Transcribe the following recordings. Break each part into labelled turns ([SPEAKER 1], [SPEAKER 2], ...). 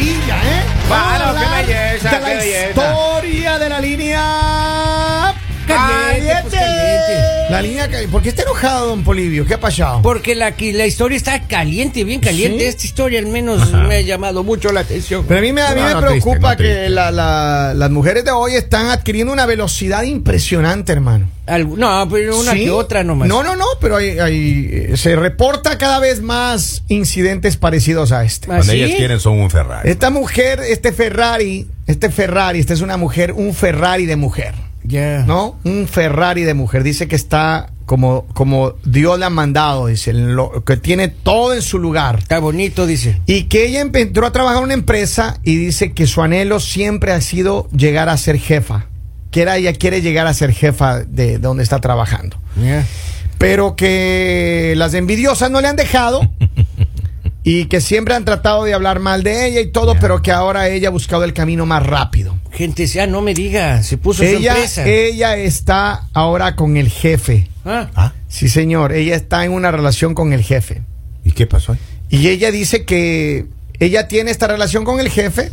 [SPEAKER 1] eh! la línea caliente.
[SPEAKER 2] pues, caliente.
[SPEAKER 1] La línea caliente. ¿Por qué está enojado, don Polivio? ¿Qué ha pasado?
[SPEAKER 2] Porque la, que la historia está caliente, bien caliente.
[SPEAKER 1] Sí.
[SPEAKER 2] Esta historia al menos me ha llamado mucho la atención. Ah,
[SPEAKER 1] Pero a mí me, a mí
[SPEAKER 3] No,
[SPEAKER 1] me
[SPEAKER 3] no triste,
[SPEAKER 1] preocupa
[SPEAKER 3] no triste.
[SPEAKER 1] que la- la- las mujeres de hoy están adquiriendo una velocidad impresionante, hermano.
[SPEAKER 2] Algu- no, pero una
[SPEAKER 1] Sí.
[SPEAKER 2] que otra nomás.
[SPEAKER 1] No, no, no, pero hay, hay- eh, se reporta cada vez más incidentes parecidos a este.
[SPEAKER 2] ¿Ah,
[SPEAKER 3] Cuando
[SPEAKER 2] sí?
[SPEAKER 3] ellas quieren son un Ferrari.
[SPEAKER 1] Esta mujer, este Ferrari, este Ferrari, esta es una mujer, un Ferrari de mujer,
[SPEAKER 2] Ya.
[SPEAKER 1] ¿no? Un Ferrari de mujer. Dice que está como, como Dios le ha mandado, dice, lo- que tiene todo en su lugar.
[SPEAKER 2] Está bonito, dice.
[SPEAKER 1] Y que ella empe- entró a trabajar en una empresa y dice que su anhelo siempre ha sido llegar a ser jefa. Que era- ella quiere llegar a ser jefa de donde está trabajando.
[SPEAKER 2] Ya.
[SPEAKER 1] Pero que las envidiosas no le han dejado y que siempre han tratado de hablar mal de ella y todo, pero que ahora ella ha buscado el camino más rápido.
[SPEAKER 2] Gente, ya no me diga. Se puso
[SPEAKER 1] Ella,
[SPEAKER 2] sorpresa.
[SPEAKER 1] ella está ahora con el jefe.
[SPEAKER 2] Ah,
[SPEAKER 3] Ah,
[SPEAKER 1] Sí, señor. Ella está en una relación con el jefe.
[SPEAKER 3] ¿Y qué pasó ahí?
[SPEAKER 1] Y ella dice que ella tiene esta relación con el jefe,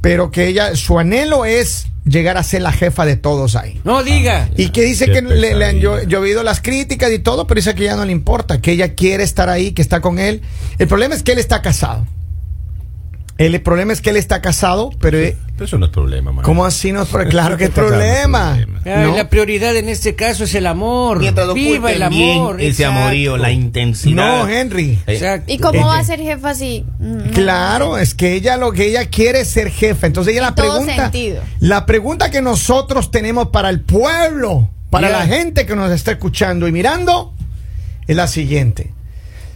[SPEAKER 1] pero que ella, su anhelo es llegar a ser la jefa de todos ahí.
[SPEAKER 2] No diga.
[SPEAKER 1] Y que dice
[SPEAKER 3] Qué
[SPEAKER 1] que le, le han llo-
[SPEAKER 3] pesadilla.
[SPEAKER 1] llovido las críticas y todo, pero dice que ya no le importa, que ella quiere estar ahí, que está con él. El problema es que él está casado. El problema es que él está casado, pero eh,
[SPEAKER 3] Pero eso no es problema, man.
[SPEAKER 1] ¿cómo así no? es pro- Claro que es
[SPEAKER 3] Claro,
[SPEAKER 1] problema.
[SPEAKER 3] problema.
[SPEAKER 2] Ay,
[SPEAKER 1] Ah, ¿no?
[SPEAKER 2] La prioridad en este caso es el amor. Viva el amor.
[SPEAKER 4] ese
[SPEAKER 2] exacto.
[SPEAKER 4] amorío, la intensidad.
[SPEAKER 1] No, Henry.
[SPEAKER 4] Eh,
[SPEAKER 2] Exacto.
[SPEAKER 5] ¿Y cómo va a
[SPEAKER 1] Ella.
[SPEAKER 5] ser jefa si.? mm, no?
[SPEAKER 1] Claro, es que ella lo que ella quiere es ser jefa. Entonces ella la
[SPEAKER 5] En todo
[SPEAKER 1] pregunta,
[SPEAKER 5] sentido.
[SPEAKER 1] la pregunta que nosotros tenemos para el pueblo, para
[SPEAKER 2] Ya.
[SPEAKER 1] la gente que nos está escuchando y mirando, es la siguiente.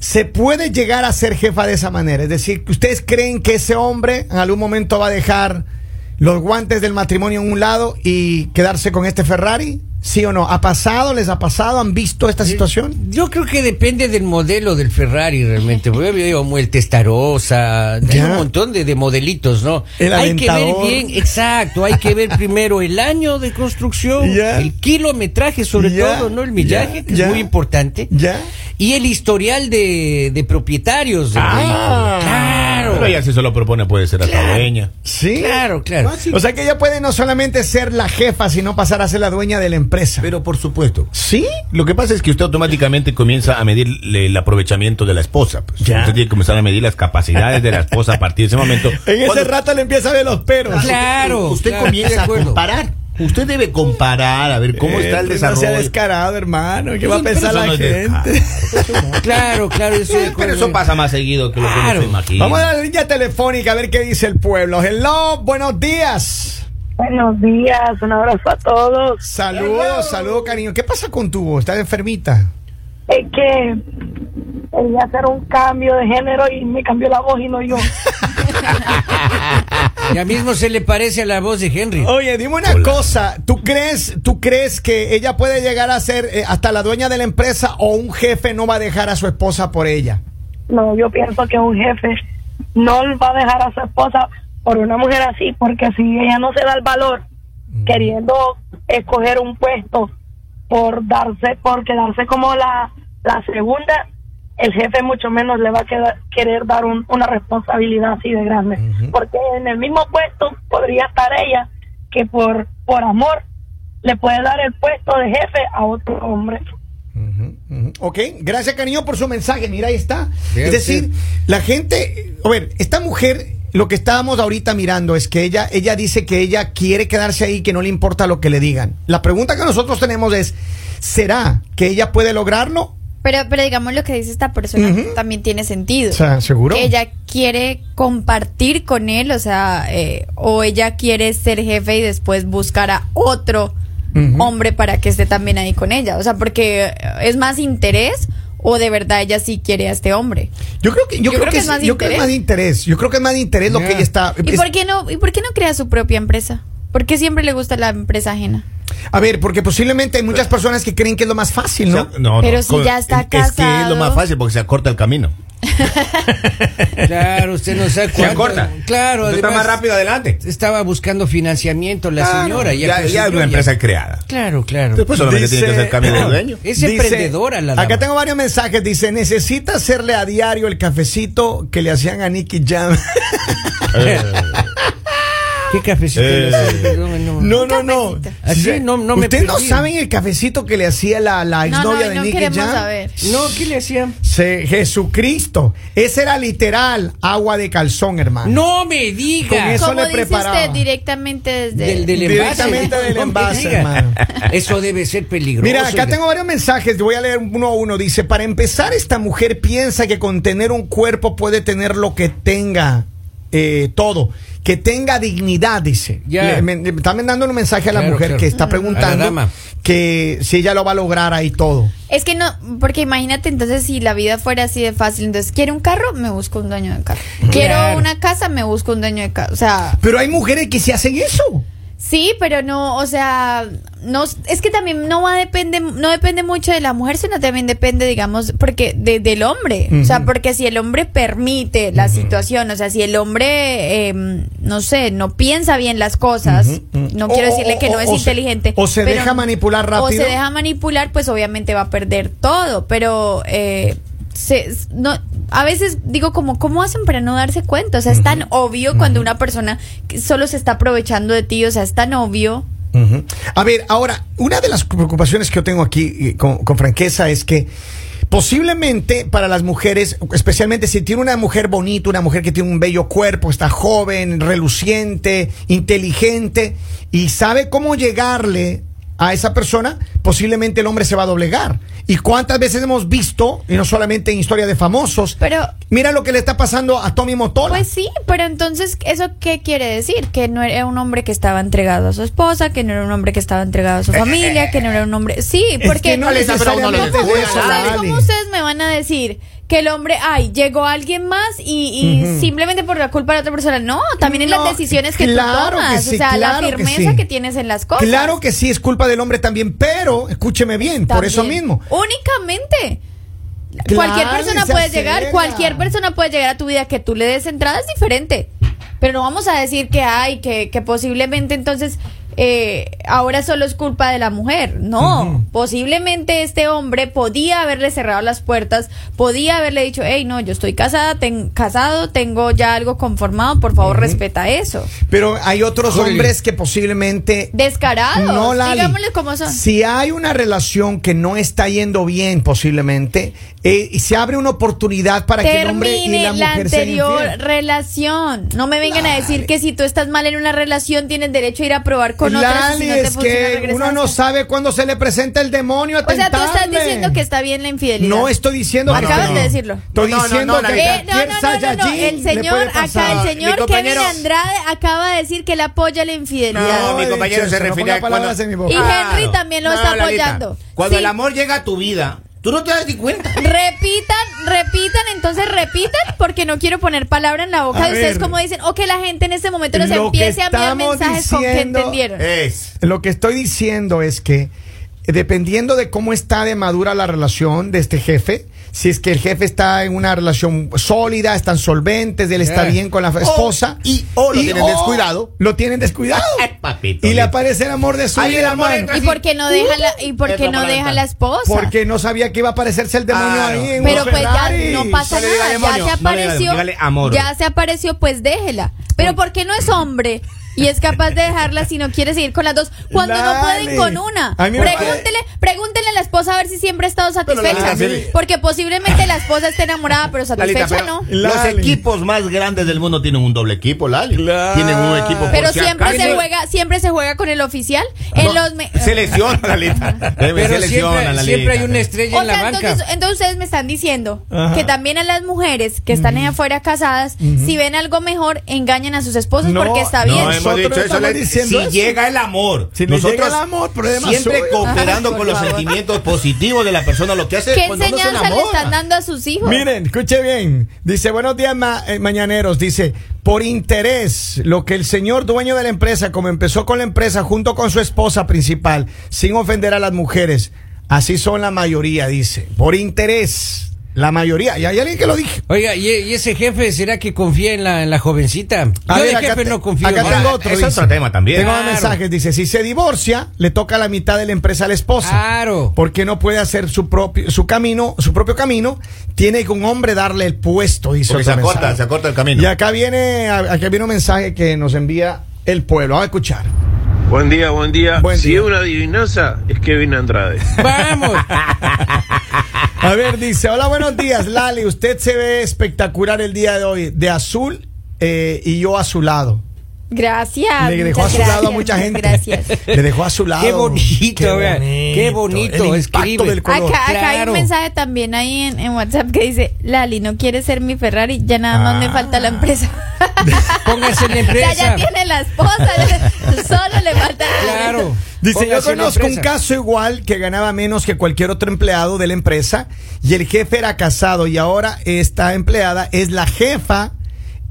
[SPEAKER 1] ¿Se puede llegar a ser jefa de esa manera? Es decir, ¿ustedes creen que ese hombre en algún momento va a dejar los guantes del matrimonio en un lado y quedarse con este Ferrari? ¿Sí o no? ¿Ha pasado? ¿Les ha pasado? ¿Han visto esta situación?
[SPEAKER 2] Yo creo que depende del modelo del Ferrari realmente. Porque había como el Testarossa, hay
[SPEAKER 1] Ya.
[SPEAKER 2] un montón de, de modelitos, ¿no?
[SPEAKER 1] El
[SPEAKER 2] hay que ver
[SPEAKER 1] Aventador.
[SPEAKER 2] bien, exacto, hay que ver primero el año de construcción,
[SPEAKER 1] Ya.
[SPEAKER 2] el kilometraje sobre
[SPEAKER 1] Ya.
[SPEAKER 2] todo, ¿no? El millaje,
[SPEAKER 1] Ya.
[SPEAKER 2] que
[SPEAKER 1] Ya.
[SPEAKER 2] es muy importante.
[SPEAKER 1] ¿Ya?
[SPEAKER 2] Y el historial de, de propietarios del
[SPEAKER 1] Ah.
[SPEAKER 2] vehículo.
[SPEAKER 3] Pero
[SPEAKER 2] Claro.
[SPEAKER 3] ella si se lo propone puede ser hasta dueña.
[SPEAKER 1] Sí.
[SPEAKER 2] Claro, claro.
[SPEAKER 1] O sea que ella puede no solamente ser la jefa, sino pasar a ser la dueña de la empresa.
[SPEAKER 3] Pero por supuesto.
[SPEAKER 1] ¿Sí?
[SPEAKER 3] Lo que pasa es que usted automáticamente comienza a medir le- el aprovechamiento de la esposa. pues.
[SPEAKER 1] Ya.
[SPEAKER 3] Usted tiene que comenzar a medir las capacidades de la esposa a partir de ese momento.
[SPEAKER 1] En ese
[SPEAKER 3] Cuando
[SPEAKER 1] rato le empieza a ver los peros.
[SPEAKER 2] Claro.
[SPEAKER 3] usted
[SPEAKER 2] claro, estoy de
[SPEAKER 3] comienza a
[SPEAKER 2] acuerdo.
[SPEAKER 3] comparar. Usted debe comparar a ver cómo está el
[SPEAKER 1] Eh, No sea
[SPEAKER 3] desarrollo.
[SPEAKER 1] descarado, hermano. ¿Qué va a
[SPEAKER 3] Pero
[SPEAKER 1] pensar
[SPEAKER 3] eso
[SPEAKER 1] la
[SPEAKER 3] no es descaro.
[SPEAKER 1] gente?
[SPEAKER 2] Claro, claro, yo estoy de
[SPEAKER 3] Pero
[SPEAKER 2] acuerdo.
[SPEAKER 3] eso pasa más seguido que lo que uno
[SPEAKER 2] Claro.
[SPEAKER 3] se imagina.
[SPEAKER 1] Vamos a la línea telefónica a ver qué dice el pueblo. Hello, buenos días.
[SPEAKER 6] Buenos días, un abrazo a todos.
[SPEAKER 1] Saludos, saludos, cariño. ¿Qué pasa con tu voz? ¿Estás enfermita?
[SPEAKER 6] Es que quería hacer un cambio de género y me cambió la voz y no yo.
[SPEAKER 2] Ya mismo se le parece a la voz de Henry.
[SPEAKER 1] Oye, dime una
[SPEAKER 3] Hola.
[SPEAKER 1] cosa. ¿Tú crees, ¿Tú crees que ella puede llegar a ser eh, hasta la dueña de la empresa o un jefe no va a dejar a su esposa por ella?
[SPEAKER 6] No, yo pienso que un jefe no va a dejar a su esposa por una mujer así, porque si ella no se da el valor queriendo escoger un puesto por darse, por quedarse como la, la segunda, el jefe mucho menos le va a queda- querer dar un- una responsabilidad así de grande, porque en el mismo puesto podría estar ella que por por amor le puede dar el puesto de jefe a otro hombre.
[SPEAKER 1] Ujú, ujú. Ok, gracias cariño por su mensaje. Mira, ahí está.
[SPEAKER 2] Bien,
[SPEAKER 1] es decir, la gente, a ver, esta mujer, lo que estábamos ahorita mirando es que ella, ella dice que ella quiere quedarse ahí, que no le importa lo que le digan. La pregunta que nosotros tenemos es, ¿será que ella puede lograrlo?
[SPEAKER 5] Pero, pero digamos lo que dice esta persona también tiene sentido.
[SPEAKER 1] O sea, seguro.
[SPEAKER 5] Que ella quiere compartir con él, o sea, eh, o ella quiere ser jefe y después buscar a otro
[SPEAKER 1] Ujú.
[SPEAKER 5] hombre para que esté también ahí con ella. O sea, porque eh, es más interés o de verdad ella sí quiere a este hombre.
[SPEAKER 1] Yo creo que, yo, creo, que,
[SPEAKER 5] es más
[SPEAKER 1] yo creo que es
[SPEAKER 5] interés.
[SPEAKER 1] más de interés. Yo creo que es más de interés lo
[SPEAKER 2] Ya.
[SPEAKER 1] que ella está.
[SPEAKER 5] ¿Y
[SPEAKER 1] Ah, es-
[SPEAKER 5] por qué no, y por qué no crea su propia empresa? ¿Por qué siempre le gusta la empresa ajena?
[SPEAKER 1] A ver, porque posiblemente hay muchas personas que creen que es lo más fácil, ¿no?
[SPEAKER 3] O sea, no,
[SPEAKER 5] Pero
[SPEAKER 3] no,
[SPEAKER 5] si
[SPEAKER 3] con-
[SPEAKER 5] ya está
[SPEAKER 3] es- Es que es lo
[SPEAKER 5] casado.
[SPEAKER 3] más fácil porque se acorta el camino.
[SPEAKER 2] Claro, usted no sabe
[SPEAKER 3] Se
[SPEAKER 2] cuánto.
[SPEAKER 3] acorta.
[SPEAKER 2] Claro,
[SPEAKER 3] Usted está
[SPEAKER 2] además,
[SPEAKER 3] más rápido adelante.
[SPEAKER 2] Estaba buscando financiamiento la
[SPEAKER 3] Claro,
[SPEAKER 2] señora. Ya,
[SPEAKER 3] ya,
[SPEAKER 2] consiguió,
[SPEAKER 3] ya es una
[SPEAKER 2] ya-
[SPEAKER 3] empresa creada.
[SPEAKER 2] Claro, claro.
[SPEAKER 3] Después Ah, solamente
[SPEAKER 1] Dice-
[SPEAKER 3] tiene que hacer cambio de dueño.
[SPEAKER 2] Es emprendedora la dama.
[SPEAKER 1] Acá tengo varios mensajes. Dice, necesita hacerle a diario el cafecito que le hacían a Nicky Jam.
[SPEAKER 2] Eh. ¿Qué cafecito?
[SPEAKER 3] Eh.
[SPEAKER 2] le hace? No, no.
[SPEAKER 1] No, no,
[SPEAKER 5] Un
[SPEAKER 1] no.
[SPEAKER 5] cafecito.
[SPEAKER 2] Así no- no me
[SPEAKER 1] Ustedes no
[SPEAKER 2] perdí.
[SPEAKER 1] saben el cafecito que le hacía la, la
[SPEAKER 5] No,
[SPEAKER 1] exnovia
[SPEAKER 5] no,
[SPEAKER 1] de
[SPEAKER 5] no
[SPEAKER 1] Nicky
[SPEAKER 5] queremos
[SPEAKER 1] Jam.
[SPEAKER 5] saber.
[SPEAKER 2] No, ¿qué le hacían?
[SPEAKER 1] Se- Jesucristo. Ese era literal agua de calzón, hermano.
[SPEAKER 2] No me digas.
[SPEAKER 1] Con eso
[SPEAKER 5] ¿Cómo
[SPEAKER 1] le
[SPEAKER 5] dice
[SPEAKER 1] preparaba.
[SPEAKER 5] usted directamente desde
[SPEAKER 2] Del, del envase.
[SPEAKER 1] Directamente del
[SPEAKER 2] No me
[SPEAKER 1] envase,
[SPEAKER 2] digas.
[SPEAKER 1] hermano.
[SPEAKER 2] Eso debe ser peligroso.
[SPEAKER 1] Mira, acá tengo varios mensajes, voy a leer uno a uno. Dice, para empezar, esta mujer piensa que con tener un cuerpo puede tener lo que tenga, eh, todo, que tenga dignidad, dice.
[SPEAKER 2] Ya.
[SPEAKER 1] Le- me- me están mandando un mensaje a la
[SPEAKER 2] Claro,
[SPEAKER 1] mujer
[SPEAKER 2] claro.
[SPEAKER 1] que está
[SPEAKER 2] A la
[SPEAKER 1] preguntando
[SPEAKER 2] dama.
[SPEAKER 1] que si ella lo va a lograr ahí todo.
[SPEAKER 5] Es que no, porque imagínate entonces si la vida fuera así de fácil. Entonces, quiero un carro, me busco un dueño de carro. Quiero
[SPEAKER 2] Claro.
[SPEAKER 5] una casa, me busco un dueño de casa. O sea,
[SPEAKER 1] Pero hay mujeres que se hacen eso.
[SPEAKER 5] sí, pero no, o sea, no, es que también no va a depende, no depende mucho de la mujer, sino también depende, digamos, porque de- del hombre. O sea, porque si el hombre permite la situación, o sea, si el hombre, eh, no sé, no piensa bien las cosas, no
[SPEAKER 1] O-
[SPEAKER 5] quiero
[SPEAKER 1] o-
[SPEAKER 5] decirle que
[SPEAKER 1] o-
[SPEAKER 5] no es
[SPEAKER 1] o se-
[SPEAKER 5] inteligente.
[SPEAKER 1] o se
[SPEAKER 5] pero-
[SPEAKER 1] deja manipular
[SPEAKER 5] O se
[SPEAKER 1] rápido.
[SPEAKER 5] deja a manipular, pues obviamente va a perder todo, pero eh, se, no, a veces digo como, ¿cómo hacen para no darse cuenta? O sea, es tan obvio cuando una persona que solo se está aprovechando de ti, o sea, es tan obvio.
[SPEAKER 1] Ujú. A ver, ahora, una de las preocupaciones que yo tengo aquí eh, con, con franqueza es que posiblemente para las mujeres, especialmente si tiene una mujer bonita, una mujer que tiene un bello cuerpo, está joven, reluciente, inteligente y sabe cómo llegarle a esa persona, posiblemente el hombre se va a doblegar. ¿Y cuántas veces hemos visto, y no solamente en historia de famosos,
[SPEAKER 5] Pero-
[SPEAKER 1] mira lo que le está pasando a Tommy Motola?
[SPEAKER 5] Pues sí, pero entonces, ¿eso qué quiere decir? Que no era un hombre que estaba entregado a su esposa, que no era un hombre que estaba entregado a su familia, que no era un hombre... Sí,
[SPEAKER 1] Eh, Es
[SPEAKER 5] porque...
[SPEAKER 1] que no
[SPEAKER 5] ¿cómo-
[SPEAKER 1] les
[SPEAKER 3] pero uno le
[SPEAKER 5] ¿cómo,
[SPEAKER 3] desea,
[SPEAKER 5] ustedes,
[SPEAKER 1] dale.
[SPEAKER 5] cómo ustedes me van a decir que el hombre, ay, llegó alguien más y, y simplemente por la culpa de otra persona? No, también en
[SPEAKER 1] No,
[SPEAKER 5] las decisiones que
[SPEAKER 1] claro
[SPEAKER 5] tú tomas,
[SPEAKER 1] que sí,
[SPEAKER 5] o sea,
[SPEAKER 1] claro
[SPEAKER 5] la
[SPEAKER 1] que
[SPEAKER 5] firmeza que,
[SPEAKER 1] sí.
[SPEAKER 5] tienes en las cosas.
[SPEAKER 1] Claro que sí, es culpa del hombre también, pero escúcheme bien, por eso
[SPEAKER 5] También.
[SPEAKER 1] mismo.
[SPEAKER 5] Únicamente.
[SPEAKER 1] Claro,
[SPEAKER 5] cualquier
[SPEAKER 1] y
[SPEAKER 5] persona
[SPEAKER 1] se
[SPEAKER 5] puede llegar,
[SPEAKER 1] acelera.
[SPEAKER 5] cualquier persona puede llegar a tu vida que tú le des entrada es diferente. Pero no vamos a decir que hay, que, que posiblemente entonces eh, ahora solo es culpa de la mujer. No, posiblemente este hombre podía haberle cerrado las puertas, podía haberle dicho, hey, no, yo estoy casada, ten- casado, tengo ya algo conformado, por favor respeta eso.
[SPEAKER 1] Pero hay otros
[SPEAKER 2] Jorge.
[SPEAKER 1] hombres que posiblemente...
[SPEAKER 5] Descarado,
[SPEAKER 1] No, Lali.
[SPEAKER 5] digámosle cómo son.
[SPEAKER 1] Si hay una relación que no está yendo bien posiblemente, eh, y se abre una oportunidad para que el hombre y
[SPEAKER 5] termine
[SPEAKER 1] la
[SPEAKER 5] la,
[SPEAKER 1] mujer sean
[SPEAKER 5] anterior
[SPEAKER 1] infieles.
[SPEAKER 5] relación. No me vengan a decir que si tú estás mal en una relación tienes derecho a ir a probar con otra.
[SPEAKER 1] Lali,
[SPEAKER 5] Si no te
[SPEAKER 1] es
[SPEAKER 5] funciona,
[SPEAKER 1] que
[SPEAKER 5] regresas.
[SPEAKER 1] uno no sabe cuándo se le presenta el demonio a
[SPEAKER 5] O sea, tú estás
[SPEAKER 1] tentarle.
[SPEAKER 5] diciendo que está bien la infidelidad.
[SPEAKER 1] No estoy diciendo que
[SPEAKER 5] Acabas
[SPEAKER 1] no.
[SPEAKER 5] de decirlo.
[SPEAKER 1] Estoy
[SPEAKER 3] No, no,
[SPEAKER 1] diciendo
[SPEAKER 3] no, la
[SPEAKER 1] que
[SPEAKER 3] verdad.
[SPEAKER 5] Eh, no, no,
[SPEAKER 1] cualquier
[SPEAKER 5] no, no, no,
[SPEAKER 1] Saiyajin
[SPEAKER 5] el
[SPEAKER 1] le puede
[SPEAKER 5] señor,
[SPEAKER 1] pasar.
[SPEAKER 5] acá el señor Kevin
[SPEAKER 3] compañero-
[SPEAKER 5] Andrade acaba de decir que él apoya la
[SPEAKER 1] No,
[SPEAKER 5] infidelidad.
[SPEAKER 1] mi compañero se refiere a
[SPEAKER 3] cuando-
[SPEAKER 1] palabras en mi
[SPEAKER 5] y
[SPEAKER 1] boca.
[SPEAKER 5] Henry también lo está
[SPEAKER 3] Lalita,
[SPEAKER 5] apoyando.
[SPEAKER 3] Cuando
[SPEAKER 5] Sí.
[SPEAKER 3] el amor llega a tu vida, tú no te das ni cuenta.
[SPEAKER 5] Repitan, repitan, entonces repitan, porque no quiero poner palabra en la boca
[SPEAKER 1] A
[SPEAKER 5] de ustedes
[SPEAKER 1] ver.
[SPEAKER 5] como dicen, o que la gente en este momento nos
[SPEAKER 1] Lo que
[SPEAKER 5] empiece a enviar
[SPEAKER 1] estamos
[SPEAKER 5] mensajes con que
[SPEAKER 1] diciendo
[SPEAKER 5] entendieron.
[SPEAKER 3] Es.
[SPEAKER 1] Lo que estoy diciendo es que eh, dependiendo de cómo está de madura la relación de este jefe, si es que el jefe está en una relación sólida, están solventes, él está
[SPEAKER 2] Eh.
[SPEAKER 1] bien con la esposa.
[SPEAKER 3] y o lo tienen descuidado.
[SPEAKER 1] Lo tienen descuidado.
[SPEAKER 2] Ah,
[SPEAKER 3] Ay, papito.
[SPEAKER 1] y le aparece el amor de su
[SPEAKER 3] Ahí el
[SPEAKER 1] vida,
[SPEAKER 3] amor
[SPEAKER 1] hermano.
[SPEAKER 3] entra
[SPEAKER 5] ¿Y por qué no deja la, y por
[SPEAKER 3] Es
[SPEAKER 5] qué
[SPEAKER 3] la
[SPEAKER 5] no
[SPEAKER 3] palabra.
[SPEAKER 5] deja la esposa?
[SPEAKER 1] Porque no sabía que iba a aparecerse el demonio
[SPEAKER 3] Claro.
[SPEAKER 1] ahí en
[SPEAKER 5] pero
[SPEAKER 1] un
[SPEAKER 5] pues ya
[SPEAKER 1] Ferrari.
[SPEAKER 5] no pasa
[SPEAKER 3] No le diga
[SPEAKER 5] nada,
[SPEAKER 3] demonio,
[SPEAKER 5] ya se
[SPEAKER 3] no le diga
[SPEAKER 5] apareció,
[SPEAKER 3] demonio, dígale amor.
[SPEAKER 5] ya se apareció, pues déjela. Pero porque no es hombre y es capaz de dejarla si no quiere seguir con las dos, cuando no
[SPEAKER 1] Dale.
[SPEAKER 5] pueden con una.
[SPEAKER 1] A mí me
[SPEAKER 5] Pregúntele, pregúntele a la esposa a ver si siempre ha estado satisfecha,
[SPEAKER 3] Lalita, sí.
[SPEAKER 5] porque posiblemente la esposa esté enamorada, pero
[SPEAKER 3] Lalita,
[SPEAKER 5] satisfecha
[SPEAKER 3] pero
[SPEAKER 5] no.
[SPEAKER 3] Los
[SPEAKER 1] Lali.
[SPEAKER 3] equipos más grandes del mundo tienen un doble equipo, Lali.
[SPEAKER 2] Claro.
[SPEAKER 3] Tienen un equipo por
[SPEAKER 5] Pero
[SPEAKER 3] si
[SPEAKER 5] siempre
[SPEAKER 3] acaso.
[SPEAKER 5] se juega, siempre se juega con el oficial en
[SPEAKER 3] No,
[SPEAKER 5] los me-
[SPEAKER 3] Se lesiona, Lalita.
[SPEAKER 2] Pero
[SPEAKER 3] se lesiona,
[SPEAKER 2] siempre,
[SPEAKER 3] Lalita.
[SPEAKER 2] siempre hay una estrella
[SPEAKER 5] O
[SPEAKER 2] en la
[SPEAKER 5] sea,
[SPEAKER 2] banca.
[SPEAKER 5] entonces, eh, entonces ustedes me están diciendo
[SPEAKER 1] Ajá.
[SPEAKER 5] que también a las mujeres que están allá afuera casadas, si ven algo mejor, engañan a sus esposos
[SPEAKER 1] No,
[SPEAKER 5] porque
[SPEAKER 1] no,
[SPEAKER 5] está
[SPEAKER 1] em,
[SPEAKER 5] bien.
[SPEAKER 3] No, hemos
[SPEAKER 1] Nosotros
[SPEAKER 3] dicho eso.
[SPEAKER 1] estamos
[SPEAKER 3] le-
[SPEAKER 1] diciendo
[SPEAKER 3] si
[SPEAKER 1] eso.
[SPEAKER 3] llega el amor.
[SPEAKER 1] Si le
[SPEAKER 3] nosotros
[SPEAKER 1] llega el amor, problema
[SPEAKER 3] siempre
[SPEAKER 1] suyo.
[SPEAKER 3] cooperando
[SPEAKER 2] Ay,
[SPEAKER 3] con
[SPEAKER 2] por
[SPEAKER 3] los
[SPEAKER 2] favor.
[SPEAKER 3] sentimientos positivos de la persona. Lo que hace
[SPEAKER 5] ¿Qué
[SPEAKER 3] es cuando uno se
[SPEAKER 5] enseñanza le
[SPEAKER 3] enamora.
[SPEAKER 5] están dando a sus hijos?
[SPEAKER 1] Miren, escuche bien. Dice, buenos días, ma- eh, mañaneros. Dice, por interés, lo que el señor dueño de la empresa, como empezó con la empresa junto con su esposa principal, sin ofender a las mujeres, así son la mayoría, dice. Por interés, la mayoría. Y hay alguien que lo dije.
[SPEAKER 2] Oiga, ¿y, y ese jefe será que confía en la, en la jovencita?
[SPEAKER 1] A
[SPEAKER 2] Yo
[SPEAKER 1] ver,
[SPEAKER 2] de
[SPEAKER 1] acá
[SPEAKER 2] jefe
[SPEAKER 1] te-
[SPEAKER 2] no confío.
[SPEAKER 1] acá
[SPEAKER 2] en-
[SPEAKER 1] tengo
[SPEAKER 3] Ah,
[SPEAKER 1] otro,
[SPEAKER 3] es
[SPEAKER 1] dice.
[SPEAKER 3] otro tema también.
[SPEAKER 1] Tengo más
[SPEAKER 2] Claro.
[SPEAKER 1] mensajes. Dice, si se divorcia, le toca la mitad de la empresa a la esposa.
[SPEAKER 2] Claro.
[SPEAKER 1] Porque no puede hacer su propio, su camino, su propio camino. Tiene que un hombre darle el puesto, dice
[SPEAKER 3] Porque se
[SPEAKER 1] otro
[SPEAKER 3] acorta,
[SPEAKER 1] mensaje.
[SPEAKER 3] se acorta el camino.
[SPEAKER 1] Y acá viene, a- acá viene un mensaje que nos envía el pueblo. Vamos a escuchar.
[SPEAKER 4] Buen día, buen día.
[SPEAKER 1] Buen
[SPEAKER 4] si
[SPEAKER 1] día.
[SPEAKER 4] es una adivinanza, es Kevin Andrade.
[SPEAKER 2] Vamos.
[SPEAKER 1] A ver, dice, hola, buenos días, Lali. Usted se ve espectacular el día de hoy, de azul eh, y yo a su lado.
[SPEAKER 5] Gracias.
[SPEAKER 1] Le dejó a
[SPEAKER 5] Ah, muchas
[SPEAKER 1] su lado a
[SPEAKER 5] gracias,
[SPEAKER 1] mucha
[SPEAKER 5] muchas
[SPEAKER 1] gente.
[SPEAKER 5] Gracias.
[SPEAKER 1] Le dejó a su lado.
[SPEAKER 2] Qué bonito, vean, qué bonito,
[SPEAKER 1] El impacto
[SPEAKER 2] escribe.
[SPEAKER 1] del color.
[SPEAKER 5] Acá, acá hay
[SPEAKER 2] Claro.
[SPEAKER 5] un mensaje también ahí en, en WhatsApp que dice, Lali, no quiere ser mi Ferrari, ya nada más
[SPEAKER 1] Ah.
[SPEAKER 5] me falta la empresa.
[SPEAKER 2] Póngase en la
[SPEAKER 5] o sea, ya
[SPEAKER 2] empresa.
[SPEAKER 5] tiene la esposa, ya- solo le falta la
[SPEAKER 2] Claro.
[SPEAKER 1] Dice, yo
[SPEAKER 2] Póngase en la
[SPEAKER 1] conozco un
[SPEAKER 2] empresa.
[SPEAKER 1] caso igual que ganaba menos que cualquier otro empleado de la empresa y el jefe era casado y ahora esta empleada es la jefa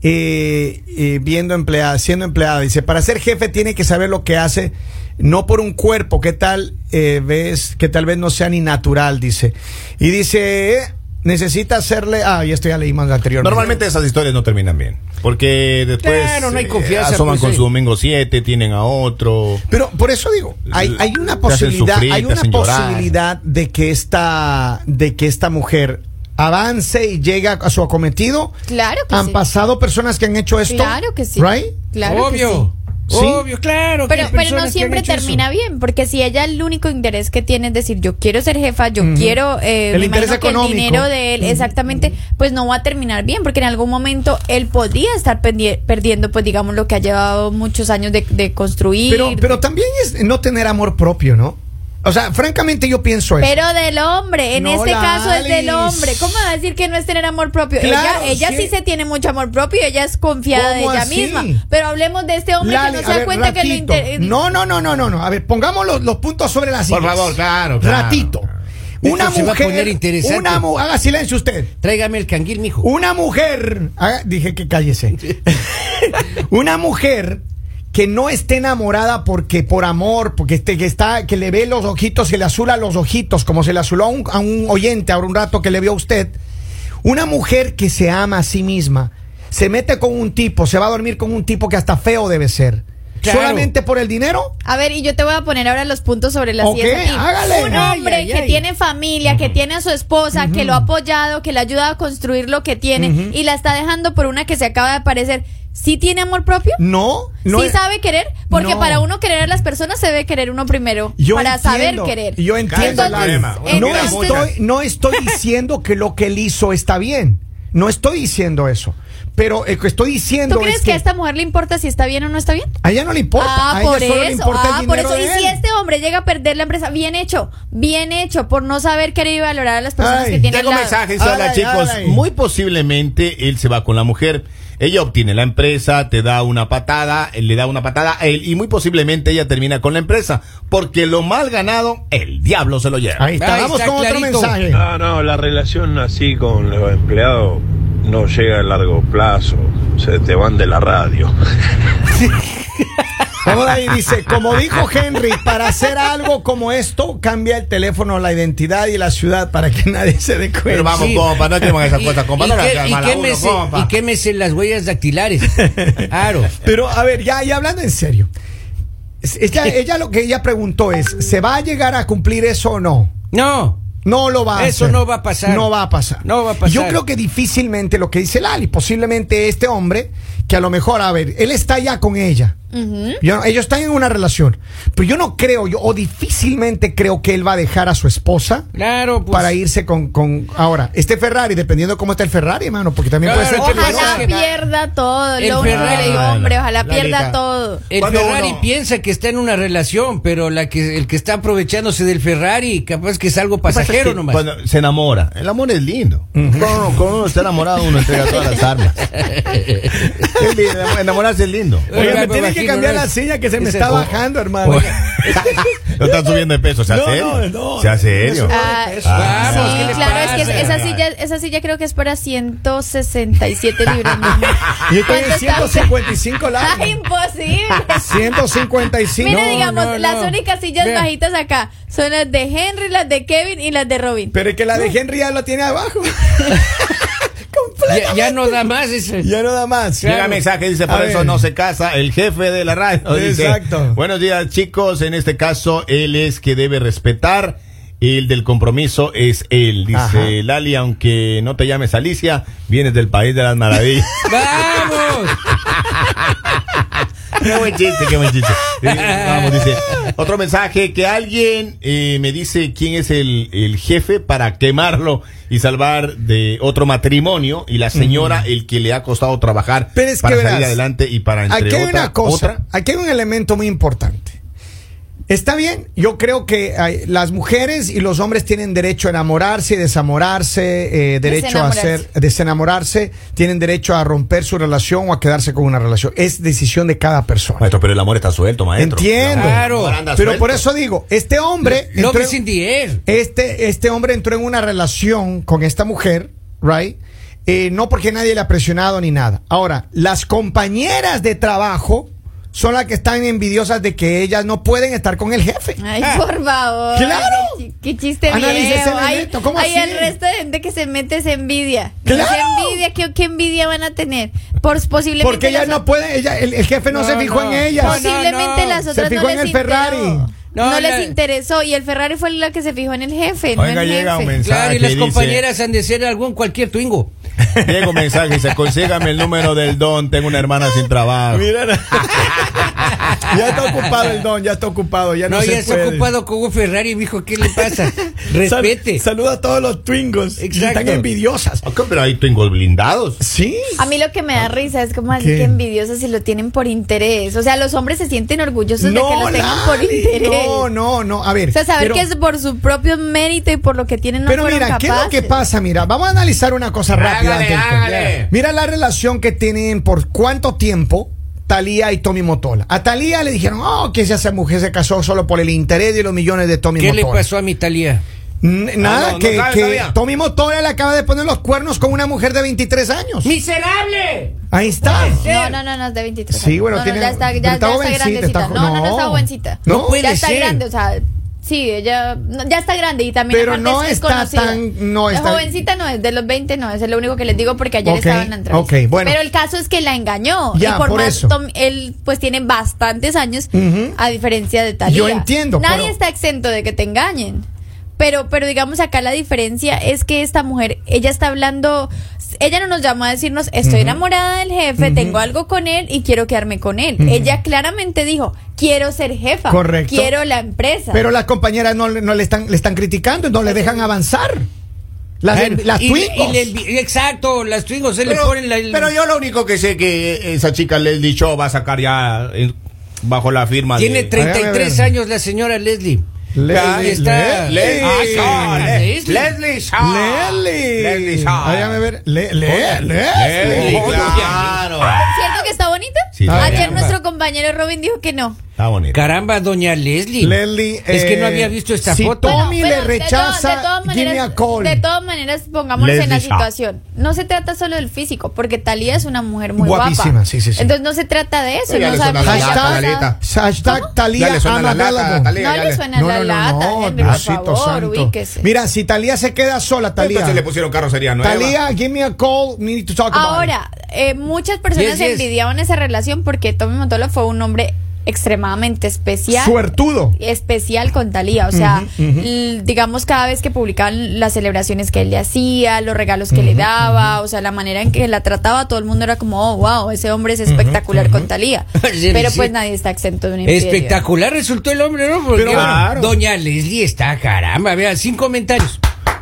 [SPEAKER 1] eh, eh, viendo empleada, siendo empleada. Dice, para ser jefe tiene que saber lo que hace, no por un cuerpo, que tal eh, vez, que tal vez no sea ni natural, dice. Y dice, eh, necesita hacerle, ah, ya estoy ya leímos anteriormente.
[SPEAKER 3] Normalmente esas historias no terminan bien. Porque después
[SPEAKER 2] Claro, no hay
[SPEAKER 3] eh,
[SPEAKER 2] confianza,
[SPEAKER 3] asoman
[SPEAKER 2] pues,
[SPEAKER 3] con
[SPEAKER 2] sí.
[SPEAKER 3] su domingo 7, tienen a otro.
[SPEAKER 1] Pero por eso digo, hay, hay una
[SPEAKER 3] Te hacen
[SPEAKER 1] posibilidad,
[SPEAKER 3] sufrir,
[SPEAKER 1] hay
[SPEAKER 3] te
[SPEAKER 1] una
[SPEAKER 3] hacen llorar.
[SPEAKER 1] posibilidad de que esta, de que esta mujer avance y llegue a su acometido.
[SPEAKER 5] Claro que
[SPEAKER 1] Han
[SPEAKER 5] sí.
[SPEAKER 1] pasado personas que han hecho esto.
[SPEAKER 5] Claro que sí.
[SPEAKER 1] Right?
[SPEAKER 5] Claro que sí.
[SPEAKER 2] Obvio.
[SPEAKER 1] sí. Sí.
[SPEAKER 2] Obvio, claro. que
[SPEAKER 5] Pero,
[SPEAKER 2] hay
[SPEAKER 5] pero
[SPEAKER 2] personas
[SPEAKER 5] no
[SPEAKER 2] que
[SPEAKER 5] siempre
[SPEAKER 2] han hecho eso.
[SPEAKER 5] termina bien, porque si ella el único interés que tiene es decir, yo quiero ser jefa, yo quiero eh,
[SPEAKER 1] El
[SPEAKER 5] me
[SPEAKER 1] interés
[SPEAKER 5] imagino que
[SPEAKER 1] económico.
[SPEAKER 5] el dinero de él, exactamente, pues no va a terminar bien, porque en algún momento él podría estar pendi- perdiendo, pues digamos, lo que ha llevado muchos años de, de construir.
[SPEAKER 1] Pero, pero también es no tener amor propio, ¿no? O sea, francamente yo pienso eso.
[SPEAKER 5] Pero del hombre, en
[SPEAKER 1] pues, No,
[SPEAKER 5] este
[SPEAKER 1] la
[SPEAKER 5] caso es del
[SPEAKER 1] Alice.
[SPEAKER 5] hombre. ¿Cómo va a decir que no es tener amor propio?
[SPEAKER 1] Claro,
[SPEAKER 5] ella ella sí.
[SPEAKER 1] sí.
[SPEAKER 5] se tiene mucho amor propio, ella es confiada de
[SPEAKER 1] ¿Cómo
[SPEAKER 5] ella
[SPEAKER 1] así?
[SPEAKER 5] misma. Pero hablemos de este hombre
[SPEAKER 1] Lali, a
[SPEAKER 5] que no se da
[SPEAKER 1] ver,
[SPEAKER 5] cuenta
[SPEAKER 1] ratito.
[SPEAKER 5] que lo inter- eh,
[SPEAKER 1] No, no, no, no, no, no. A ver, pongamos los, los puntos sobre las
[SPEAKER 3] Por
[SPEAKER 1] sillas.
[SPEAKER 3] favor, claro, claro.
[SPEAKER 1] Ratito.
[SPEAKER 2] Esto
[SPEAKER 1] Una
[SPEAKER 2] se va a poner
[SPEAKER 1] mujer.
[SPEAKER 2] interesante.
[SPEAKER 1] Una mu- haga silencio usted.
[SPEAKER 2] Tráigame el canguil, mijo.
[SPEAKER 1] Una mujer, ah, dije que cállese. Una mujer que no esté enamorada porque por amor, porque este, que está, que le ve los ojitos, se le azula los ojitos, como se le azuló a un, a un oyente ahora un rato que le vio a usted. Una mujer que se ama a sí misma, se mete con un tipo, se va a dormir con un tipo que hasta feo debe ser.
[SPEAKER 2] Claro.
[SPEAKER 1] Solamente por el dinero.
[SPEAKER 5] A ver, y yo te voy a poner ahora los puntos sobre las
[SPEAKER 1] Ok,
[SPEAKER 5] sillas aquí.
[SPEAKER 1] hágale.
[SPEAKER 5] Un
[SPEAKER 1] Ay,
[SPEAKER 5] hombre
[SPEAKER 2] ay,
[SPEAKER 5] que
[SPEAKER 2] ay.
[SPEAKER 5] tiene familia, que tiene a su esposa, que lo ha apoyado, que le ha ayudado a construir lo que tiene y la está dejando por una que se acaba de aparecer, ¿sí tiene amor propio?
[SPEAKER 1] No, no.
[SPEAKER 5] ¿Sí
[SPEAKER 1] es-
[SPEAKER 5] sabe querer? Porque
[SPEAKER 1] No.
[SPEAKER 5] para uno querer a las personas se debe querer uno primero.
[SPEAKER 1] Yo
[SPEAKER 5] para
[SPEAKER 1] entiendo,
[SPEAKER 5] saber querer.
[SPEAKER 1] Yo entiendo
[SPEAKER 5] Entonces, eh,
[SPEAKER 1] Lali.
[SPEAKER 3] problema. Uno
[SPEAKER 1] No
[SPEAKER 3] mira
[SPEAKER 5] entonces-
[SPEAKER 1] estoy, no estoy diciendo que lo que él hizo está bien. No estoy diciendo eso. Pero lo que estoy diciendo
[SPEAKER 5] ¿Tú crees
[SPEAKER 1] es
[SPEAKER 5] que a esta mujer le importa si está bien o no está bien?
[SPEAKER 1] a ella no le importa.
[SPEAKER 5] Ah,
[SPEAKER 1] a ella
[SPEAKER 5] por
[SPEAKER 1] solo le
[SPEAKER 5] eso.
[SPEAKER 1] importa el
[SPEAKER 5] Ah, por
[SPEAKER 1] dinero
[SPEAKER 5] eso.
[SPEAKER 1] de
[SPEAKER 5] Y si
[SPEAKER 1] él.
[SPEAKER 5] este hombre llega a perder la empresa, bien hecho, bien hecho, por no saber querer y valorar a las personas
[SPEAKER 1] Ay,
[SPEAKER 5] que tiene
[SPEAKER 3] Tengo
[SPEAKER 5] al lado.
[SPEAKER 3] mensajes,
[SPEAKER 1] Ay,
[SPEAKER 3] hola
[SPEAKER 1] ay,
[SPEAKER 3] chicos.
[SPEAKER 1] ay.
[SPEAKER 3] Muy posiblemente él se va con la mujer. Ella obtiene la empresa, te da una patada, él le da una patada a él y muy posiblemente ella termina con la empresa. Porque lo mal ganado, el diablo se lo lleva.
[SPEAKER 1] Ahí está,
[SPEAKER 2] Ahí
[SPEAKER 1] vamos
[SPEAKER 2] está
[SPEAKER 1] con
[SPEAKER 2] clarito.
[SPEAKER 1] otro mensaje.
[SPEAKER 4] No, no, la relación así con los empleados no llega a largo plazo. Se te van de la radio.
[SPEAKER 1] Vamos de ahí, dice, como dijo Henry, para hacer algo como esto, cambia el teléfono, la identidad y la ciudad para que nadie se dé
[SPEAKER 3] Pero
[SPEAKER 1] cuenta.
[SPEAKER 3] vamos,
[SPEAKER 2] Sí.
[SPEAKER 3] compa, no queman esas
[SPEAKER 2] Y-
[SPEAKER 3] cuentas, compa.
[SPEAKER 2] y
[SPEAKER 3] no la
[SPEAKER 2] que-
[SPEAKER 3] hagas
[SPEAKER 2] y
[SPEAKER 3] mal a uno,
[SPEAKER 2] quémese-
[SPEAKER 3] compa.
[SPEAKER 2] Y quémese las huellas dactilares. Claro.
[SPEAKER 1] Pero a ver, ya, ya hablando en serio. Es- Ella, ella lo que ella preguntó es, ¿se va a llegar a cumplir eso o no?
[SPEAKER 2] No.
[SPEAKER 1] No lo va a
[SPEAKER 2] Eso
[SPEAKER 1] hacer.
[SPEAKER 2] no va a pasar.
[SPEAKER 1] No va a pasar.
[SPEAKER 2] No va a pasar.
[SPEAKER 1] Yo creo que difícilmente lo que dice Lali, posiblemente este hombre, que a lo mejor, a ver, él está ya con ella. Yo- ellos están en una relación. Pero yo no creo, yo, o difícilmente creo que él va a dejar a su esposa
[SPEAKER 2] Claro, pues.
[SPEAKER 1] para irse con, con. Ahora, este Ferrari, dependiendo cómo está el Ferrari, hermano, porque también
[SPEAKER 2] Claro,
[SPEAKER 1] puede ser que.
[SPEAKER 2] ojalá.
[SPEAKER 1] no.
[SPEAKER 5] Ojalá
[SPEAKER 2] que-
[SPEAKER 5] pierda todo,
[SPEAKER 2] El
[SPEAKER 5] lo único que
[SPEAKER 2] Ferrari.
[SPEAKER 5] le digo, hombre, ojalá
[SPEAKER 3] La
[SPEAKER 5] pierda
[SPEAKER 3] liga.
[SPEAKER 5] todo.
[SPEAKER 2] El
[SPEAKER 3] Cuando
[SPEAKER 2] Ferrari
[SPEAKER 3] uno-
[SPEAKER 2] piensa que está en una relación, pero la que, el que está aprovechándose del Ferrari, capaz que es algo pasajero nomás.
[SPEAKER 3] Cuando se enamora. El amor es lindo. Cuando, cuando uno está enamorado, uno entrega todas las armas. Es lindo, enamorarse es lindo.
[SPEAKER 1] Oye, me
[SPEAKER 2] Oiga,
[SPEAKER 1] tienen
[SPEAKER 2] imagino,
[SPEAKER 1] que cambiar
[SPEAKER 2] ¿no?
[SPEAKER 1] la silla que se me
[SPEAKER 2] Ese-
[SPEAKER 1] está
[SPEAKER 2] o-
[SPEAKER 1] bajando, hermano.
[SPEAKER 3] Lo están subiendo de peso, se
[SPEAKER 1] No,
[SPEAKER 3] hace
[SPEAKER 1] no,
[SPEAKER 3] serio.
[SPEAKER 1] no.
[SPEAKER 3] Se hace serio.
[SPEAKER 5] Ah,
[SPEAKER 2] Ah, vamos, ¿qué
[SPEAKER 5] sí,
[SPEAKER 2] le
[SPEAKER 5] claro, es
[SPEAKER 2] pasa?
[SPEAKER 5] que esa silla, esa silla creo que es para 167 libras. ¿no?
[SPEAKER 1] Y estoy en
[SPEAKER 5] ¿Cuánto está usted?
[SPEAKER 1] 155 largo.
[SPEAKER 5] ¡Ay, imposible!
[SPEAKER 1] 155.
[SPEAKER 5] Mire,
[SPEAKER 1] No,
[SPEAKER 5] digamos,
[SPEAKER 2] no,
[SPEAKER 5] las
[SPEAKER 2] no.
[SPEAKER 5] únicas sillas
[SPEAKER 2] Vea.
[SPEAKER 5] bajitas acá son las de Henry, las de Kevin y las de Robin.
[SPEAKER 1] Pero es que la de Henry ya la tiene abajo.
[SPEAKER 2] Ya, ya no da más. ese-
[SPEAKER 1] Ya no da más.
[SPEAKER 3] Llega mensaje, dice, por
[SPEAKER 1] A
[SPEAKER 3] eso
[SPEAKER 1] ver.
[SPEAKER 3] no se casa el jefe de la radio. dice,
[SPEAKER 1] Exacto.
[SPEAKER 3] Buenos días, chicos. En este caso, él es que debe respetar El del compromiso es él, dice
[SPEAKER 1] Ajá.
[SPEAKER 3] Lali, aunque no te llames Alicia, vienes del país de las maravillas.
[SPEAKER 2] ¡Vamos!
[SPEAKER 3] Qué buen chiste, qué buen chiste. Eh, Vamos, dice. Otro mensaje, que alguien eh, me dice quién es el, el jefe para quemarlo y salvar de otro matrimonio y la señora el que le ha costado trabajar
[SPEAKER 1] Pero es
[SPEAKER 3] para
[SPEAKER 1] que
[SPEAKER 3] salir
[SPEAKER 1] verás,
[SPEAKER 3] adelante y para entre
[SPEAKER 1] Aquí hay
[SPEAKER 3] otra-
[SPEAKER 1] una cosa,
[SPEAKER 3] otra.
[SPEAKER 1] aquí hay un elemento muy importante. Está bien, yo creo que hay- las mujeres y los hombres tienen derecho a enamorarse y desamorarse, eh, derecho a hacer, desenamorarse, tienen derecho a romper su relación o a quedarse con una relación. Es decisión de cada persona.
[SPEAKER 3] Maestro, pero el amor está suelto, maestro.
[SPEAKER 1] Entiendo.
[SPEAKER 2] Claro.
[SPEAKER 3] El amor anda
[SPEAKER 1] Pero
[SPEAKER 3] suelto.
[SPEAKER 1] por eso digo, este hombre
[SPEAKER 2] Lo
[SPEAKER 1] entró
[SPEAKER 2] que
[SPEAKER 1] en-
[SPEAKER 2] sin diez.
[SPEAKER 1] este, este hombre entró en una relación con esta mujer, right? Eh, no porque nadie le ha presionado ni nada. Ahora, las compañeras de trabajo son las que están envidiosas de que ellas no pueden estar con el jefe.
[SPEAKER 5] Ay, por favor.
[SPEAKER 1] Ah, ¡Claro!
[SPEAKER 5] Qué, qué chiste
[SPEAKER 1] Analice ese
[SPEAKER 5] viejo. Hay,
[SPEAKER 1] elemento, ¿cómo
[SPEAKER 5] hay
[SPEAKER 1] así?
[SPEAKER 5] el resto de gente que se mete se envidia.
[SPEAKER 1] ¡Claro!
[SPEAKER 5] Dice, envidia, ¿qué, qué envidia van a tener? Por posiblemente
[SPEAKER 1] Porque ellas
[SPEAKER 5] las
[SPEAKER 1] no pueden, ella, el, el jefe no,
[SPEAKER 2] No,
[SPEAKER 1] se fijó en
[SPEAKER 2] no. No,
[SPEAKER 1] ellas.
[SPEAKER 2] no.
[SPEAKER 5] Posiblemente las
[SPEAKER 1] Se
[SPEAKER 5] otras
[SPEAKER 1] fijó
[SPEAKER 5] no
[SPEAKER 1] en
[SPEAKER 5] les
[SPEAKER 1] el Ferrari.
[SPEAKER 5] Interesó.
[SPEAKER 2] No,
[SPEAKER 5] No,
[SPEAKER 2] ya-
[SPEAKER 5] les interesó y el Ferrari fue la que se fijó en el jefe, no
[SPEAKER 3] Oiga,
[SPEAKER 5] el
[SPEAKER 3] llega un
[SPEAKER 5] jefe.
[SPEAKER 3] mensaje.
[SPEAKER 2] Claro, y las
[SPEAKER 3] dice-
[SPEAKER 2] compañeras han de ser algún cualquier twingo.
[SPEAKER 3] Llega un mensaje y dice, consígame el número del don, tengo una hermana sin trabajo.
[SPEAKER 1] ya está ocupado el don, ya está ocupado, ya
[SPEAKER 2] No, ya está ocupado con un Ferrari, mijo, ¿qué le pasa? Respete.
[SPEAKER 1] saluda a todos los twingos
[SPEAKER 2] que Exacto. están
[SPEAKER 1] envidiosas.
[SPEAKER 3] Ok, pero hay twingos blindados.
[SPEAKER 1] Sí.
[SPEAKER 5] A mí lo que me da risa es como así
[SPEAKER 1] ¿Qué?
[SPEAKER 5] que envidiosos si lo tienen por interés. O sea, los hombres se sienten orgullosos de que lo tengan por
[SPEAKER 1] Lali,
[SPEAKER 5] interés.
[SPEAKER 1] No, no, no. A ver.
[SPEAKER 5] O sea, saber
[SPEAKER 1] pero-
[SPEAKER 5] que es por su propio mérito y por lo que tienen no
[SPEAKER 1] Pero
[SPEAKER 5] fueron
[SPEAKER 1] mira, ¿qué es lo que
[SPEAKER 5] capaces.
[SPEAKER 1] pasa? Mira, vamos a analizar una cosa rápida.
[SPEAKER 2] Hágale,
[SPEAKER 1] antes de-
[SPEAKER 2] hágale.
[SPEAKER 1] Mira la relación que tienen por cuánto tiempo Talía y Tommy Motola. A Talía le dijeron, oh, que esa mujer se casó solo por el interés de los millones de Tommy
[SPEAKER 2] ¿Qué le
[SPEAKER 1] Motola.
[SPEAKER 2] pasó a mi Talía?
[SPEAKER 1] N- Nada,
[SPEAKER 3] Ah, no, no
[SPEAKER 1] que,
[SPEAKER 3] sabe
[SPEAKER 1] que
[SPEAKER 3] todavía.
[SPEAKER 1] Tommy Motola le acaba de poner los cuernos con una mujer de 23 años.
[SPEAKER 2] ¡Miserable!
[SPEAKER 1] Ahí está.
[SPEAKER 5] No, no, no, no, es de 23.
[SPEAKER 1] eh. Sí, bueno,
[SPEAKER 5] no, no,
[SPEAKER 1] tiene-
[SPEAKER 5] ya está, ya,
[SPEAKER 1] pero
[SPEAKER 5] ya
[SPEAKER 1] está
[SPEAKER 5] está
[SPEAKER 1] jovencita,
[SPEAKER 5] grandecita.
[SPEAKER 1] está jo-
[SPEAKER 5] no, no, no está
[SPEAKER 1] no.
[SPEAKER 5] jovencita.
[SPEAKER 1] No
[SPEAKER 2] puede
[SPEAKER 5] ya está
[SPEAKER 2] ser.
[SPEAKER 5] grande, o sea, sí, ella no, ya está grande y también
[SPEAKER 1] Pero
[SPEAKER 5] aparte
[SPEAKER 1] no
[SPEAKER 5] es
[SPEAKER 1] está
[SPEAKER 5] conocida.
[SPEAKER 1] tan- no
[SPEAKER 5] La
[SPEAKER 1] está-
[SPEAKER 5] jovencita no es, de los 20 no es, es lo único que les digo porque ayer
[SPEAKER 1] Ok,
[SPEAKER 5] estaban en la entrevista.
[SPEAKER 1] ok, bueno.
[SPEAKER 5] Pero el caso es que la engañó.
[SPEAKER 1] Ya,
[SPEAKER 5] y por,
[SPEAKER 1] por
[SPEAKER 5] más,
[SPEAKER 1] eso.
[SPEAKER 5] Tom- él pues tiene bastantes años,
[SPEAKER 1] Ujú.
[SPEAKER 5] a diferencia de Talía.
[SPEAKER 1] Yo entiendo,
[SPEAKER 5] Nadie
[SPEAKER 1] pero-
[SPEAKER 5] está exento de que te engañen. Pero, pero digamos acá la diferencia es que esta mujer, ella está hablando, ella no nos llamó a decirnos, estoy enamorada del jefe, tengo algo con él y quiero quedarme con él. Ella claramente dijo, quiero ser jefa,
[SPEAKER 1] Correcto.
[SPEAKER 5] quiero la empresa.
[SPEAKER 1] Pero las compañeras no, le- no le están le están criticando, no le dejan avanzar. Las,
[SPEAKER 2] Ah,
[SPEAKER 1] las
[SPEAKER 2] y-
[SPEAKER 1] twingos.
[SPEAKER 2] y le envi- exacto, las twingos se le
[SPEAKER 3] Pero,
[SPEAKER 2] ponen la. el-
[SPEAKER 3] pero yo lo único que sé que esa chica Leslie Show va a sacar ya eh, bajo la firma
[SPEAKER 2] Tiene
[SPEAKER 3] de...
[SPEAKER 1] Hágame
[SPEAKER 2] 33
[SPEAKER 1] ver.
[SPEAKER 2] años la señora Leslie.
[SPEAKER 1] Leslie,
[SPEAKER 2] Ahí está.
[SPEAKER 1] Leslie.
[SPEAKER 2] Ah, no,
[SPEAKER 3] Le-
[SPEAKER 2] Leslie.
[SPEAKER 3] ¿Eh? Leslie Shaw.
[SPEAKER 1] Leli.
[SPEAKER 3] Leslie Shaw.
[SPEAKER 1] Ah, déjame ver. Le, le,
[SPEAKER 3] Oye,
[SPEAKER 1] Leslie.
[SPEAKER 3] Leslie,
[SPEAKER 2] Oye.
[SPEAKER 3] claro.
[SPEAKER 5] ¿Cierto que está bonita?
[SPEAKER 3] Sí,
[SPEAKER 5] Ayer
[SPEAKER 1] caramba.
[SPEAKER 5] nuestro compañero Robin dijo que no.
[SPEAKER 3] Está bonito.
[SPEAKER 2] Caramba, doña Leslie.
[SPEAKER 1] Leslie,
[SPEAKER 2] Es que no
[SPEAKER 1] eh,
[SPEAKER 2] había visto esta
[SPEAKER 1] si
[SPEAKER 2] foto.
[SPEAKER 1] Tommy- le
[SPEAKER 5] pero de
[SPEAKER 1] rechaza,
[SPEAKER 5] to- de todas
[SPEAKER 1] give me
[SPEAKER 5] maneras-
[SPEAKER 1] a call.
[SPEAKER 5] De todas maneras, pongámonos
[SPEAKER 3] Leslie
[SPEAKER 5] en la
[SPEAKER 3] Shaw.
[SPEAKER 1] ah.
[SPEAKER 5] situación. No se trata solo del físico, porque Talía es una mujer muy
[SPEAKER 1] Guapísima,
[SPEAKER 5] guapa.
[SPEAKER 1] sí, sí, sí.
[SPEAKER 5] Entonces no se trata de eso.
[SPEAKER 3] Oye, ya
[SPEAKER 5] no
[SPEAKER 3] le suena
[SPEAKER 5] sabemos
[SPEAKER 3] la
[SPEAKER 5] si haya
[SPEAKER 3] lata,
[SPEAKER 5] pasado.
[SPEAKER 3] Talita.
[SPEAKER 1] Hashtag Talía
[SPEAKER 3] Ya le suena
[SPEAKER 1] I'm
[SPEAKER 3] la lata,
[SPEAKER 1] available.
[SPEAKER 3] Talía.
[SPEAKER 5] No
[SPEAKER 3] ya
[SPEAKER 5] le
[SPEAKER 3] le-
[SPEAKER 5] suena la lata, Henry, por
[SPEAKER 1] Diosito
[SPEAKER 5] favor,
[SPEAKER 1] santo.
[SPEAKER 5] ubíquese.
[SPEAKER 1] Mira, si Talía se queda sola,
[SPEAKER 3] Entonces le
[SPEAKER 1] Talía.
[SPEAKER 3] pusieron carrocería nueva.
[SPEAKER 1] Talía, give me a call, we need to talk about it.
[SPEAKER 5] Ahora, eh, muchas personas
[SPEAKER 2] Yes, yes.
[SPEAKER 5] envidiaban esa relación porque Tommy Motola fue un hombre extremadamente especial.
[SPEAKER 1] Suertudo.
[SPEAKER 5] especial con Talía, o sea,
[SPEAKER 1] Ujú, ujú.
[SPEAKER 5] l- digamos cada vez que publicaban las celebraciones que él le hacía, los regalos que le daba, o sea, la manera en que la trataba, todo el mundo era como, oh, wow, ese hombre es espectacular con Talía.
[SPEAKER 2] Sí,
[SPEAKER 5] Pero
[SPEAKER 2] sí.
[SPEAKER 5] pues nadie está exento de una infidelidad.
[SPEAKER 2] Espectacular resultó el hombre, ¿no? Porque
[SPEAKER 1] Pero claro.
[SPEAKER 2] doña Leslie está caramba, vea, sin comentarios.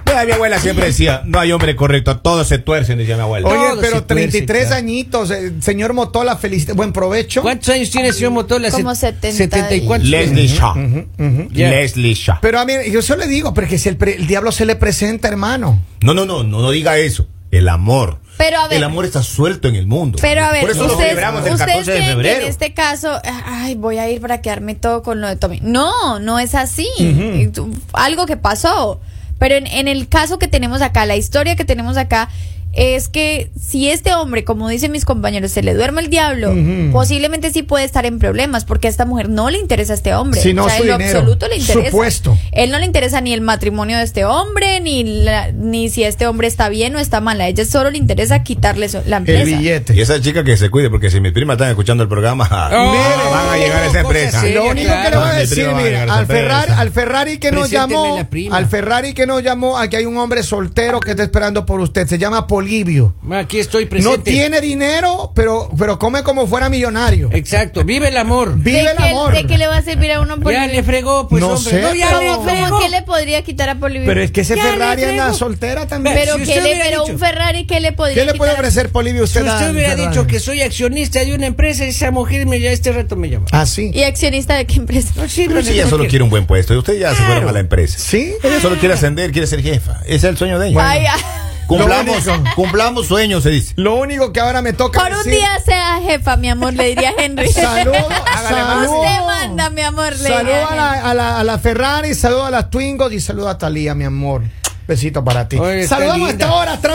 [SPEAKER 3] Mira, mi abuela siempre decía, no hay hombre correcto, todos se tuercen, decía mi abuela.
[SPEAKER 2] Todo
[SPEAKER 1] Oye,
[SPEAKER 2] se
[SPEAKER 1] pero
[SPEAKER 2] tuerce,
[SPEAKER 1] 33
[SPEAKER 2] claro.
[SPEAKER 1] añitos, eh, señor Motola, feliz, buen provecho.
[SPEAKER 2] ¿Cuántos años tiene el señor Motola?
[SPEAKER 5] Como
[SPEAKER 2] Se-
[SPEAKER 5] 70
[SPEAKER 2] 70 y
[SPEAKER 5] y-
[SPEAKER 2] cuántos.
[SPEAKER 3] Leslie Shaw.
[SPEAKER 2] Ya.
[SPEAKER 3] Leslie Shaw.
[SPEAKER 1] Pero a mí, yo solo le digo, porque si el, pre- el diablo se le presenta, hermano.
[SPEAKER 3] No, no, no, no, no diga eso. El amor.
[SPEAKER 5] Pero a ver-
[SPEAKER 3] El amor está suelto en el mundo.
[SPEAKER 5] Pero a ver,
[SPEAKER 3] Por eso lo
[SPEAKER 5] ustedes,
[SPEAKER 3] celebramos el
[SPEAKER 5] ustedes
[SPEAKER 3] 14 de
[SPEAKER 5] creen que
[SPEAKER 3] febrero.
[SPEAKER 5] en este caso, ay, voy a ir para quedarme todo con lo de Tommy. No, no es así. Y tú- Algo que pasó. Pero en, en el caso que tenemos acá, la historia que tenemos acá, es que si este hombre, como dicen mis compañeros, se le duerme el diablo,
[SPEAKER 1] Ujú.
[SPEAKER 5] posiblemente sí puede estar en problemas porque a esta mujer no le interesa a este hombre.
[SPEAKER 1] Sí, no,
[SPEAKER 5] o sea,
[SPEAKER 1] su
[SPEAKER 5] en lo
[SPEAKER 1] dinero,
[SPEAKER 5] absoluto le
[SPEAKER 1] su
[SPEAKER 5] interesa.
[SPEAKER 1] puesto.
[SPEAKER 5] Él no le interesa ni el matrimonio de este hombre, ni la- ni si este hombre está bien o está mal. A ella solo le interesa quitarle so- la empresa.
[SPEAKER 1] El billete.
[SPEAKER 3] Y esa chica que se cuide, porque si mis primas están escuchando el programa, van a llegar a esa empresa.
[SPEAKER 2] cosas
[SPEAKER 1] Lo único que le voy a
[SPEAKER 3] Claro.
[SPEAKER 1] decir,
[SPEAKER 3] Siempre van a
[SPEAKER 1] mira,
[SPEAKER 3] llegar a
[SPEAKER 1] al
[SPEAKER 3] sorpresa.
[SPEAKER 1] Ferrari, al Ferrari que nos
[SPEAKER 2] Presénteme
[SPEAKER 1] llamó,
[SPEAKER 2] la prima.
[SPEAKER 1] al Ferrari que nos llamó, aquí hay un hombre soltero que está esperando por usted, se llama Polivio.
[SPEAKER 2] Aquí estoy presente.
[SPEAKER 1] No tiene dinero, pero, pero come como fuera millonario.
[SPEAKER 2] Exacto, vive Eh, el amor.
[SPEAKER 5] ¿De
[SPEAKER 1] Vive el
[SPEAKER 5] qué-
[SPEAKER 1] amor.
[SPEAKER 5] ¿De qué le va a servir a uno por
[SPEAKER 2] Ya le fregó, pues
[SPEAKER 1] No
[SPEAKER 2] hombre.
[SPEAKER 1] sé,
[SPEAKER 2] no, ya
[SPEAKER 1] pero-
[SPEAKER 2] le
[SPEAKER 5] ¿Cómo-
[SPEAKER 2] fregó.
[SPEAKER 5] ¿Cómo que le podría quitar a Polivio?
[SPEAKER 1] Pero es que ese
[SPEAKER 2] Ya le
[SPEAKER 1] Ferrari anda
[SPEAKER 2] frego.
[SPEAKER 1] soltera también.
[SPEAKER 2] si
[SPEAKER 5] Pero que
[SPEAKER 2] usted
[SPEAKER 5] le,
[SPEAKER 2] hubiera
[SPEAKER 5] pero
[SPEAKER 2] dicho-
[SPEAKER 5] un Ferrari que le podría
[SPEAKER 1] ¿Qué le puede
[SPEAKER 5] quitar a-
[SPEAKER 1] ofrecer Polivio
[SPEAKER 2] Si
[SPEAKER 1] usted?
[SPEAKER 2] usted
[SPEAKER 1] al
[SPEAKER 2] hubiera
[SPEAKER 1] Ferrari?
[SPEAKER 2] dicho que soy accionista de una empresa, esa mujer me ya este rato me llama.
[SPEAKER 1] Ah, sí.
[SPEAKER 5] ¿Y accionista de qué empresa?
[SPEAKER 2] No, sí,
[SPEAKER 3] Pero
[SPEAKER 2] no
[SPEAKER 3] si
[SPEAKER 2] sé
[SPEAKER 3] ella
[SPEAKER 2] por
[SPEAKER 3] solo
[SPEAKER 2] qué.
[SPEAKER 3] quiere un buen puesto, y usted ya se fueron a la empresa.
[SPEAKER 1] Sí.
[SPEAKER 3] Ella solo quiere ascender, quiere ser jefa. Ese es el sueño de ella.
[SPEAKER 5] Ay, ah. ay.
[SPEAKER 3] Cumplamos,
[SPEAKER 1] Lo único.
[SPEAKER 3] cumplamos sueños, se dice.
[SPEAKER 1] Lo único que ahora me toca
[SPEAKER 5] Por un
[SPEAKER 1] decir-
[SPEAKER 5] día sea jefa, mi amor, le diría Henry.
[SPEAKER 1] Saludo, saludo.
[SPEAKER 5] Usted manda, mi amor, le
[SPEAKER 1] Saludo
[SPEAKER 5] diría
[SPEAKER 1] a la, a la- a la Ferrari, saludo a las Twingos y saludo a Talía, mi amor. Besito para ti.
[SPEAKER 2] Oye, está
[SPEAKER 1] Saludamos a
[SPEAKER 2] linda.
[SPEAKER 1] esta hora, atrás